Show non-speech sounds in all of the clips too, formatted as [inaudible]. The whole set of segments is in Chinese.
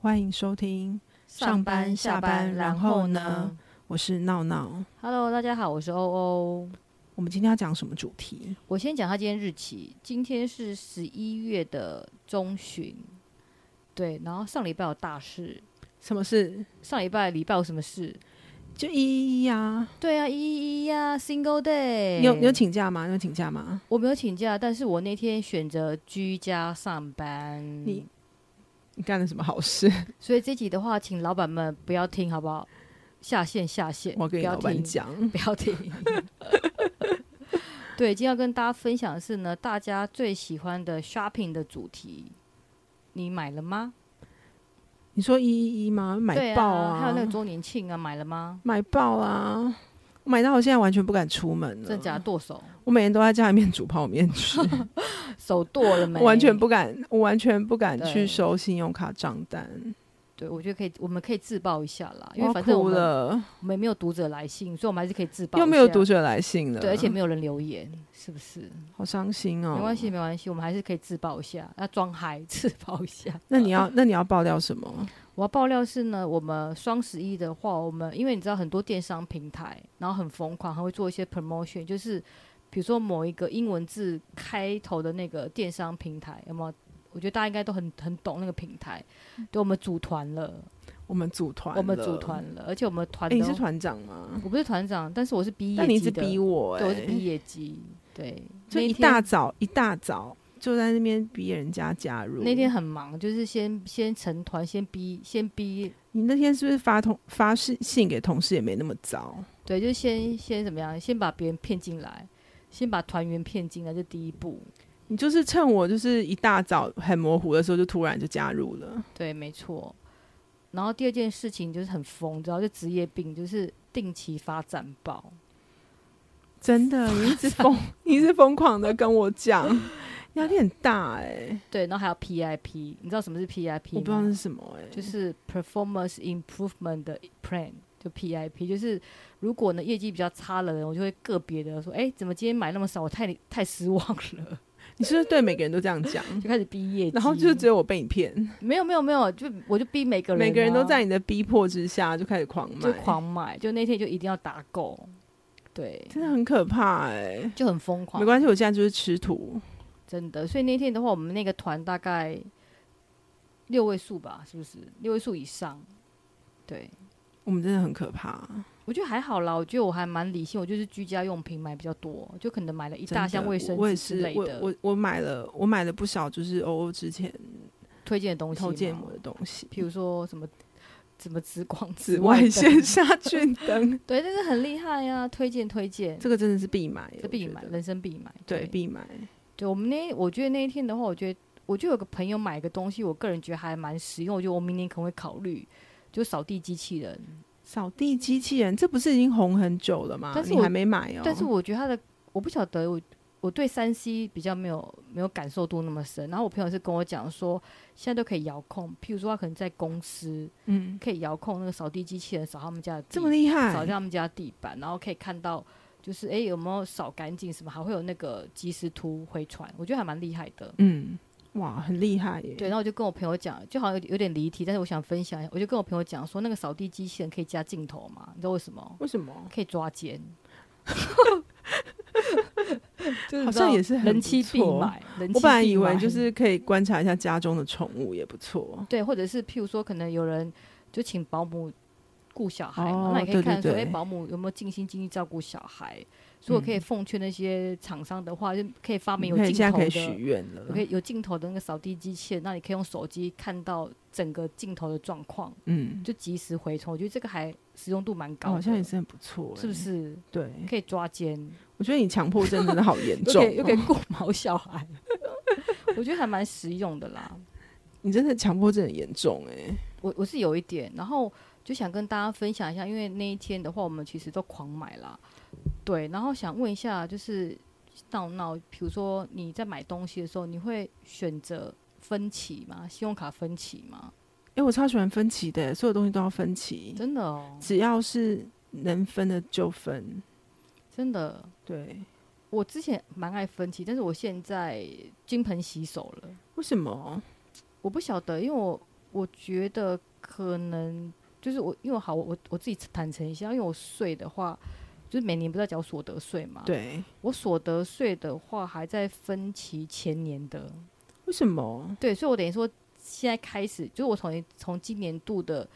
欢迎收听，上班下班然后呢我是闹闹。 ？Hello，大家好，我是欧欧。我们今天要讲什么主题？我先讲他今天日期，今天是十一月的中旬，对。然后上礼拜有大事，什么事？上礼拜礼拜有什么事？就一一呀。对啊，一一呀，Single Day。你有你有请假吗？你有请假吗？我没有请假，但是我那天选择居家上班。你你干了什么好事？所以这集的话，请老板们不要听，好不好？下线下线，我跟不你要老板听，讲， [laughs] 不要 [laughs] 听。对，今天要跟大家分享的是呢，大家最喜欢的 shopping 的主题，你买了吗？你说一一一吗？对买爆啊！还有那个周年庆啊，买了吗？买爆啊！我买到我现在完全不敢出门了，真假剁手，我每天都在家里面煮泡面 [laughs] 吃，手剁了没？我完全不敢，我完全不敢去对收信用卡账单，对，我觉得可以，我们可以自爆一下啦，因我为要反正我哭们了，我们也没有读者来信，所以我们还是可以自爆。又没有读，者来信了，对，而且没有人留言，是不是？好伤心哦。没关系，没关系，我们还是可以自爆一下，要装嗨，自爆一下。那你要那你要爆料什么？我要爆料是呢，我们双十一的话，我们因为你知道很多电商平台，然后很疯狂，还会做一些 promotion，就是比如说某一个英文字开头的那个电商平台，有没有？我觉得大家应该都很很懂那个平台。嗯对，我们组团了，我们组团，我们组团，了，而且我们团哎、的、哦你是团长吗？我不是团长，但是我是毕业但你一级直的，逼我、哎，对，我是毕业级，对，就那一天大早一大早就在那边逼人家加入。那天很忙，就是先先成团，先逼先逼，你那天是不是发同发信信给同事也没那么早？对，就是先先怎么样，先把别人骗进来，先把团员骗进来，这第一步。你就是趁我就是一大早很模糊的时候，就突然就加入了。对，没错。然后第二件事情就是很疯，你知道，就职业病，就是定期发展报。真的，你一直疯， [laughs] 你一直疯狂的跟我 [laughs] 讲，压力很大哎、对，然后还有 PIP，你知道什么是 PIP 我不知道吗那是什么哎、就是 performance improvement 的 plan，就 PIP，就是如果呢业绩比较差的人，我就会个别的说，哎，怎么今天买那么少，我太太失望了， [laughs] 你是不是对每个人都这样讲？就开始逼业绩，然后就只有我被你骗，没有没有没有，就我就逼每个人、啊每个人都在你的逼迫之下就开始狂买，就狂买，就那天就一定要打狗，对，真的很可怕哎、就很疯狂没，关系，我现在就是吃土，真的。所以那天的话，我们那个团大概六位数吧，是不是六位数以上？对，我们真的很可怕。我觉得还好啦，我觉得我还蛮理性，我就是居家用品买比较多，就可能买了一一大箱卫生我也纸之是类，我的我我买了，我买了不少，就是欧欧之前推荐的东西嘛，偷见我的东西，譬如说什么。什么紫光紫外外灯线杀菌 [laughs] 灯，对，但是很厉害呀、啊，推荐推荐，这个真的是必买，这必买，我觉得人生必买，对，必买。对我们那，我觉得那一天的话，我觉得我就有个朋友买个东西，我个人觉得还蛮实用，我觉得我明年可能会考虑，就扫地机器人。扫地机器人，这不是已经红很久了吗？但是你我还没买哦。但是我觉得它的，我不晓得我。我对三 C 比较没有没有感受度那么深，然后我朋友是跟我讲说，现在都可以遥控，譬如说他可能在公司嗯，可以遥控那个扫地机器人扫他们家的地这么厉扫害，掉他们家地板，然后可以看到就是诶有没有扫干净什么，还会有那个即时图回传，我觉得还蛮厉害的。嗯，哇，很厉害耶。对，然后我就跟我朋友讲，就好像有点有点离题，但是我想分享一下，我就跟我朋友讲说，那个扫地机器人可以加镜头嘛？你知道为什么？为什么？可以抓奸， [laughs] 就好是你知像道也是很人不妻必错哦买，人我妻本来必以为买就是可以观察一下家中的宠物也不错。对，或者是譬如说，可能有人就请保姆顾小孩嘛，哦那你可对对以看说，对嗯哎、保姆有没有尽心尽力照顾小孩？所以我可以奉劝那些厂商的话，就可以发明有可以镜现在头可以的。许愿了有。可以有镜头的那个扫地机器人，那你可以用手机看到整个镜头的状况，嗯，就及时回冲。我觉得这个还使用度蛮高哦的，好像也是很不错，欸是不？是对，可以抓奸，我觉得你强迫症真的好严 [laughs] 又重可哦，以又可以顾毛小孩， [laughs] 我觉得还蛮实用的啦。你真的强迫症很严重哎、我我是有一点，然后就想跟大家分享一下，因为那一天的话，我们其实都狂买啦，对，然后想问一下，就是闹闹，比如说你在买东西的时候，你会选择分期吗？信用卡分期吗？哎、我超喜欢分期的、所有东西都要分期，真的哦，只要是能分的就分。真的，对，我之前蛮爱分期，但是我现在金盆洗手了，为什么？我不晓得，因为我。我觉得可能就是我，因为好，我我我自己坦诚一下，因为我税的话，就是每年不是在缴所得税嘛？，对，我所得税的话还在分期前年的，为什么？对，所以我等于说现在开始，就是我从从今年度的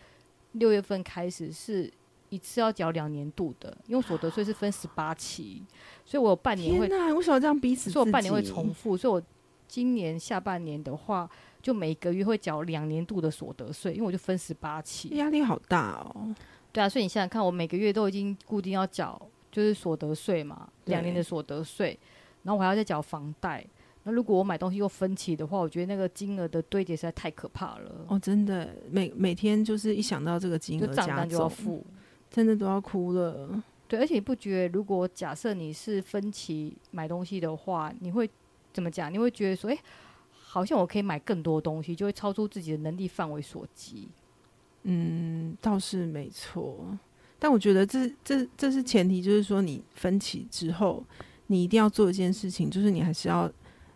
六月份开始是。一次要缴两年度的，因为我所得税是分十八期，所以我有半年会天哪，为什么要这样逼死自己？所以我半年会重复，所以我今年下半年的话，就每个月会缴两年度的所得税，因为我就分十八期。压力好大哦。对啊，所以你想想看，我每个月都已经固定要缴就是所得税嘛，对两年的所得税，然后我还要再缴房贷。那如果我买东西又分期的话，我觉得那个金额的堆叠实在太可怕了，哦，真的，每每天就是一想到这个金就额账加单就要重，付。真的都要哭了。对，而且你不觉得，如果假设你是分期买东西的话，你会怎么讲？你会觉得说，哎、好像我可以买更多东西，就会超出自己的能力范围所及。嗯，倒是没错，但我觉得这这这是前提，就是说你分歧之后，你一定要做一件事情，就是你还是要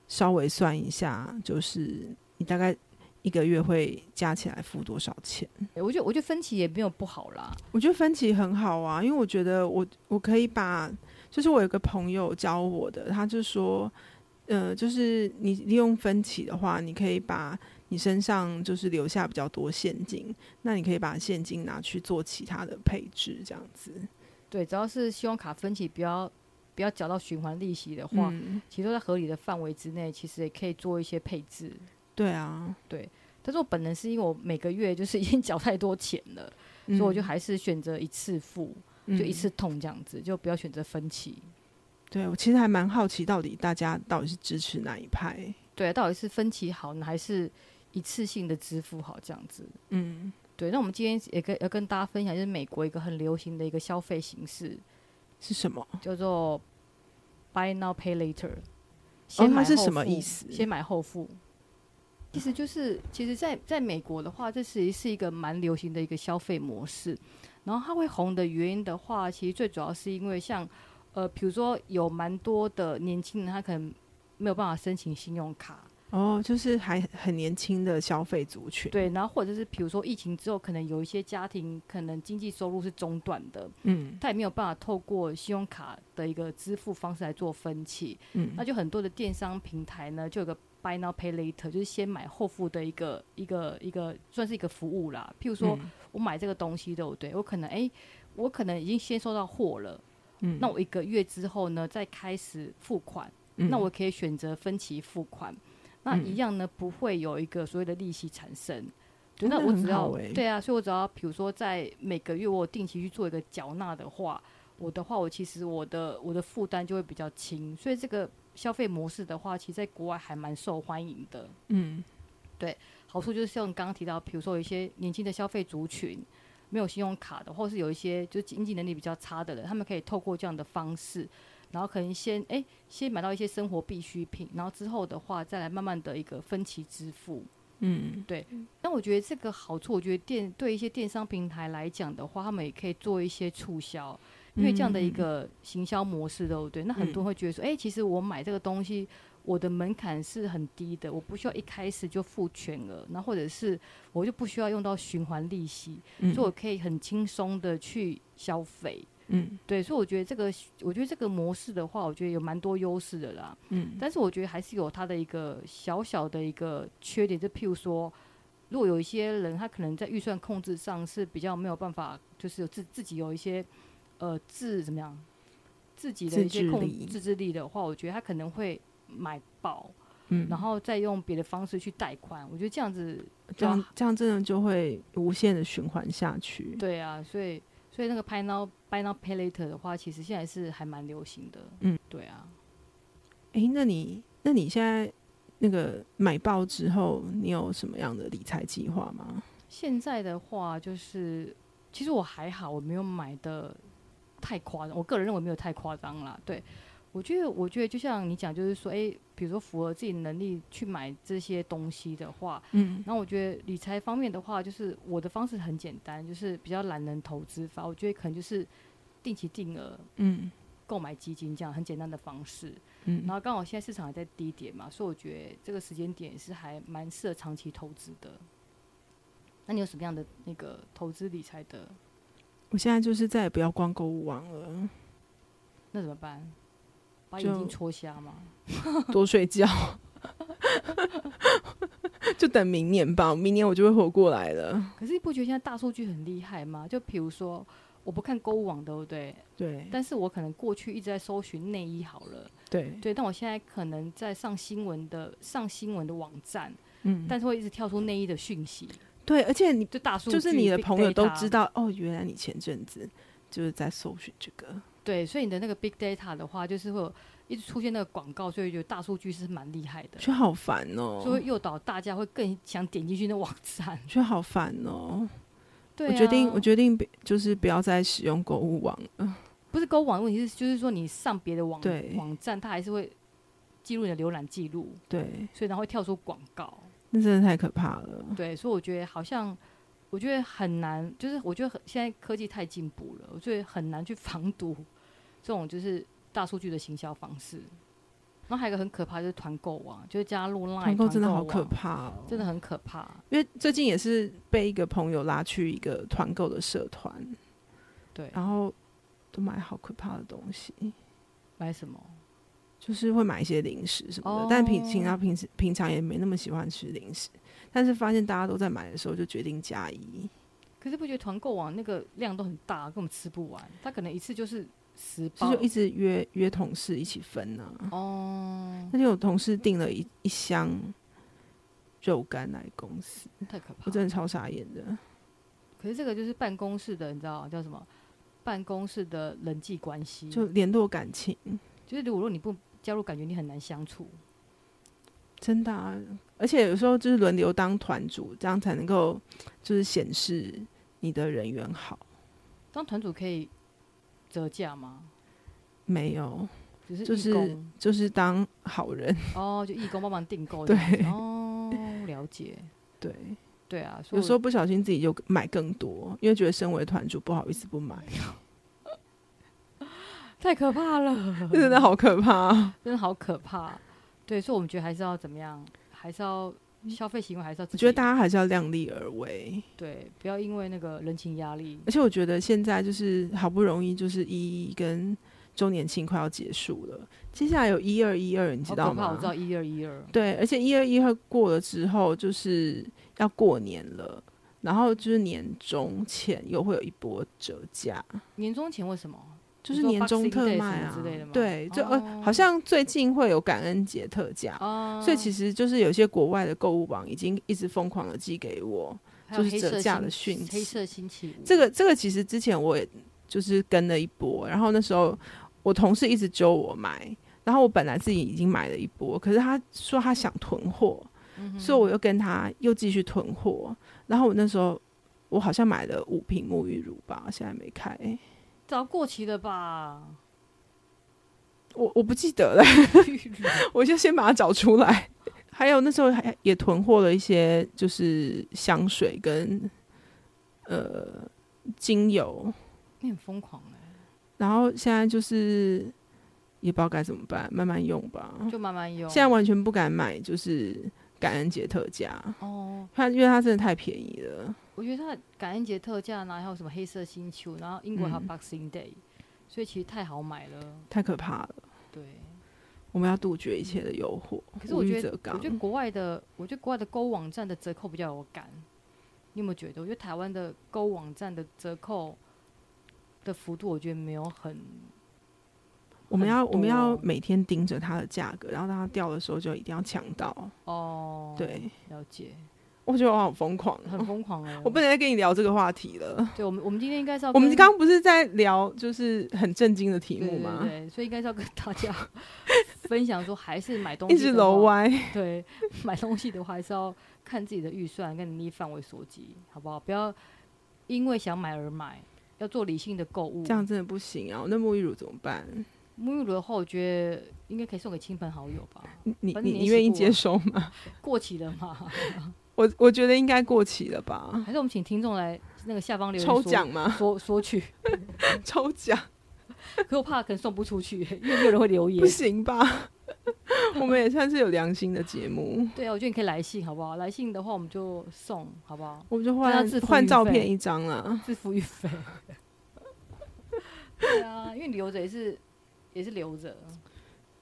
稍微算一下，就是你大概一个月会加起来付多少钱。诶我觉得，我觉得分期也没有不好啦。我觉得分歧很好啊，因为我觉得我我可以把，就是我有个朋友教我的，他就说，呃，就是你利用分歧的话，你可以把你身上就是留下比较多现金，那你可以把现金拿去做其他的配置，这样子。对，只要是信用卡分期不要不要缴到循环利息的话，嗯，其实都在合理的范围之内，其实也可以做一些配置。对啊，但是我本人是因为我每个月就是已经缴太多钱了，嗯所以我就还是选择一次付，就一次嗯痛这样子，就不要选择分期。对我其实还蛮好奇，到底大家到底是支持哪一派？对，到底是分期好呢，还是一次性的支付好这样子？嗯，对，那我们今天也跟要跟大家分享，就是美国一个很流行的一个消费形式，是什么？叫做 buy now pay later。先买哦它是后什么付意思先买后付，意思就是，其实在，在美国的话，这其实是一个蛮流行的一个消费模式。然后它会红的原因的话，其实最主要是因为像呃，比如说有蛮多的年轻人，他可能没有办法申请信用卡，哦，就是还很年轻的消费族群。对，然后或者是比如说疫情之后，可能有一些家庭可能经济收入是中断的，嗯他也没有办法透过信用卡的一个支付方式来做分期，嗯，那就很多的电商平台呢，就有个 buy now pay later，就是先买后付的一个一个一个算是一个服务啦。譬如说，嗯我买这个东西对不对？我可能诶，我可能已经先收到货了，嗯那我一个月之后呢，再开始付款。嗯那我可以选择分期付款，那嗯一样呢不会有一个所谓的利息产生。对，哦那那我很只要、好欸对啊，所以我只要比如说在每个月我有定期去做一个缴纳的话，我的话我其实我的我的负担就会比较轻，所以这个消费模式的话，其实在国外还蛮受欢迎的。嗯好处就是像刚刚提到，比如说有一些年轻的消费族群没有信用卡的，或是有一些就经济能力比较差的人，他们可以透过这样的方式，然后可能先哎、先买到一些生活必需品，然后之后的话再来慢慢的一个分期支付。嗯。但我觉得这个好处，我觉得电对一些电商平台来讲的话，他们也可以做一些促销，因为这样的一个行销模式，对不对？那很多人会觉得说，哎、其实我买这个东西，我的门槛是很低的，我不需要一开始就付全额，然后或者是我就不需要用到循环利息，嗯所以我可以很轻松的去消费。嗯对，所以我觉得这个，我觉得这个模式的话，我觉得有蛮多优势的啦。嗯但是我觉得还是有它的一个小小的一个缺点，就譬如说，如果有一些人他可能在预算控制上是比较没有办法，就是有自自己有一些呃自怎么样自己的一自些制控力自制力的话，我觉得他可能会买爆，嗯，然后再用别的方式去贷款。我觉得这样子，这样这样真的就会无限的循环下去。对啊，所以所以那个 buy now buy now pay later 的话，其实现在是还蛮流行的。嗯，对啊。诶，那你那你现在那个买爆之后，你有什么样的理财计划吗？现在的话，就是其实我还好，我没有买的太夸张，我个人认为没有太夸张啦。对我觉得，我觉得就像你讲，就是说，诶，比如说符合自己能力去买这些东西的话，嗯那我觉得理财方面的话，就是我的方式很简单，就是比较懒人投资法，我觉得可能就是定期定额嗯购买基金这样很简单的方式。然嗯后刚好现在市场还在低点嘛，所以我觉得这个时间点是还蛮适合长期投资的。那你有什么样的那个投资理财的？我现在就是再也不要逛购物网了，那怎么办？把眼睛就戳瞎吗？多睡觉， [laughs] 就等明年吧，明年我就会活过来了。可是你不觉得现在大数据很厉害吗？就比如说，我不看购物网，对不对？对但是我可能过去一直在搜寻内衣好了，对，对，但我现在可能在上新闻的上新闻的网站，嗯，但是会一直跳出内衣的讯息，对，而且你就大数据就是你的 big 朋友都 data 知道，哦，原来你前阵子就是在搜寻这个，对，所以你的那个 big data 的话，就是会有一直出现那个广告，所以觉得大数据是蛮厉害的，觉得好烦哦、就会诱导大家会更想点进去那网站。觉得好烦哦、对、啊，我决定，我决定不就是不要再使用购物网了。不是勾网，问题是就是说你上别的网对网站，它还是会记录你的浏览记录，对，所以它会跳出广告。那真的太可怕了。对，所以我觉得好像，我觉得很难，就是我觉得很现在科技太进步了，我觉得很难去防堵这种就是大数据的行销方式。然后还有一个很可怕就是团购啊，就是加入 LINE 团购真的好网可，怕哦、真的很可怕。因为最近也是被一个朋友拉去一个团购的社团，对，然后都买好可怕的东西，买什么？就是会买一些零食什么的。哦但平平常平时平常也没那么喜欢吃零食，但是发现大家都在买的时候，就决定加一。可是不觉得团购网那个量都很大，根本吃不完，它可能一次就是十就包是。一直约约同事一起分呢、啊。哦，那天有同事订了一一箱肉干来公司，太可怕我了真。的超傻眼的。嗯可是这个就是办公室的，你知道叫什么？办公室的人际关系，就联络感情，就是如果你不加入，感觉你很难相处。真的、啊。而且有时候就是轮流当团主，这样才能够就是显示你的人缘好。当团主可以折价吗？没有，只是义就是工就是当好人。 [laughs] 哦，就义工帮忙订购这对样子。哦，了解。对，对啊，所以有我时候不小心自己就买更多，因为觉得身为团主不好意思不 [laughs] 买，太可怕了，真的好可怕啊。真的好可怕。对，所以我们觉得还是要怎么样，还是要消费行为还是要自己。嗯我觉得大家还是要量力而为。对，不要因为那个人情压力。而且我觉得现在就是好不容易就是一一跟周年庆快要结束了，接下来有一二一二，你知好道可怕！吗？我知道一二一二，对，而且一二一二过了之后，就是要过年了，然后就是年终前又会有一波折价，年终前为什么？就是你说年终 Boxing 特 Day 卖什么啊之类的吗对，就、哦呃，好像最近会有感恩节特价。啊，所以其实就是有些国外的购物网已经一直疯狂的寄给我，还有就是黑折色价星的讯黑息色星期五，这个这个其实之前我也就是跟了一波，然后那时候我同事一直揪我买，然后我本来自己已经买了一波，可是他说他想囤货，所以我又跟他又继续囤货，然后我那时候我好像买了五瓶沐浴乳吧，现在没开，早过期了吧？ [laughs] 我我不记得了， [laughs] 我就先把它找出来。还有那时候还也囤货了一些，就是香水跟呃精油，你很疯狂哎、然后现在就是也不知道该怎么办，慢慢用吧。就慢慢用。现在完全不敢买，就是感恩节特价，哦，它因为它真的太便宜了。我觉得它感恩节特价呢，然后还有什么黑色星期五，然后英国还嗯有 Boxing Day，、所以其实太好买了。太可怕了。对，我们要杜绝一切的诱惑。可是我觉无欲得则，我刚觉得国外的，我觉得国外的购物网站的折扣比较有感。你有没有觉得？我觉得台湾的购物网站的折扣的幅度，我觉得没有很我们要很多我们要每天盯着它的价格，然后当它掉的时候就一定要抢到。哦，，对，了解，我觉得我好疯狂很哦。疯狂哎、我不能再跟你聊这个话题了。对我们，我们今天应该是要我们跟刚刚不是在聊就是很震惊的题对目对吗？对，所以应该是要跟大 [laughs] 家分享说，还是买东西一直的楼话歪。 [laughs] 对，买东西的话还是要看自己的预算跟能力范围所及，好不好？不要因为想买而买，要做理性的购物。这样真的不行啊！那沐浴乳怎么办？沐浴乳的话，我觉得应该可以送给亲朋好友吧。你你反正你你也你洗愿意过啊接受吗？ [laughs] 过期了嘛？ [laughs] 我我觉得应该过期了吧？还是我们请听众来那个下方留言抽索奖 [laughs] 吗？索索取？抽奖可我怕可能送不出去，因为没有人会留言不。行吧？我们也算是有良心的节目，对啊，我觉得你可以来信，好不好？来信的话，我们就送，好不好？我们就大换家自付换运照费片一张啦。自付运费。 [laughs] 对啊，因为留着也是也是留着，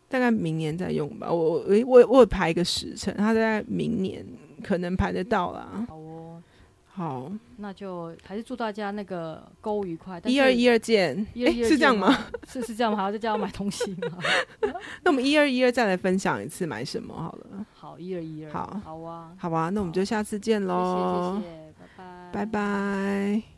大概明年再用吧。我我我我有排一个时辰，它在明年可能排得到啦。好哦。好，那就还是祝大家那个购物愉快。但是一二一二见，一二诶一二是这样见吗？？是是这样吗？还要在家买东西吗？ [laughs] 那我们一二一二再来分享一次买什么好了，好，一二一二，好好啊，好吧？那我们就下次见谢谢喽谢，谢，拜拜，拜。拜。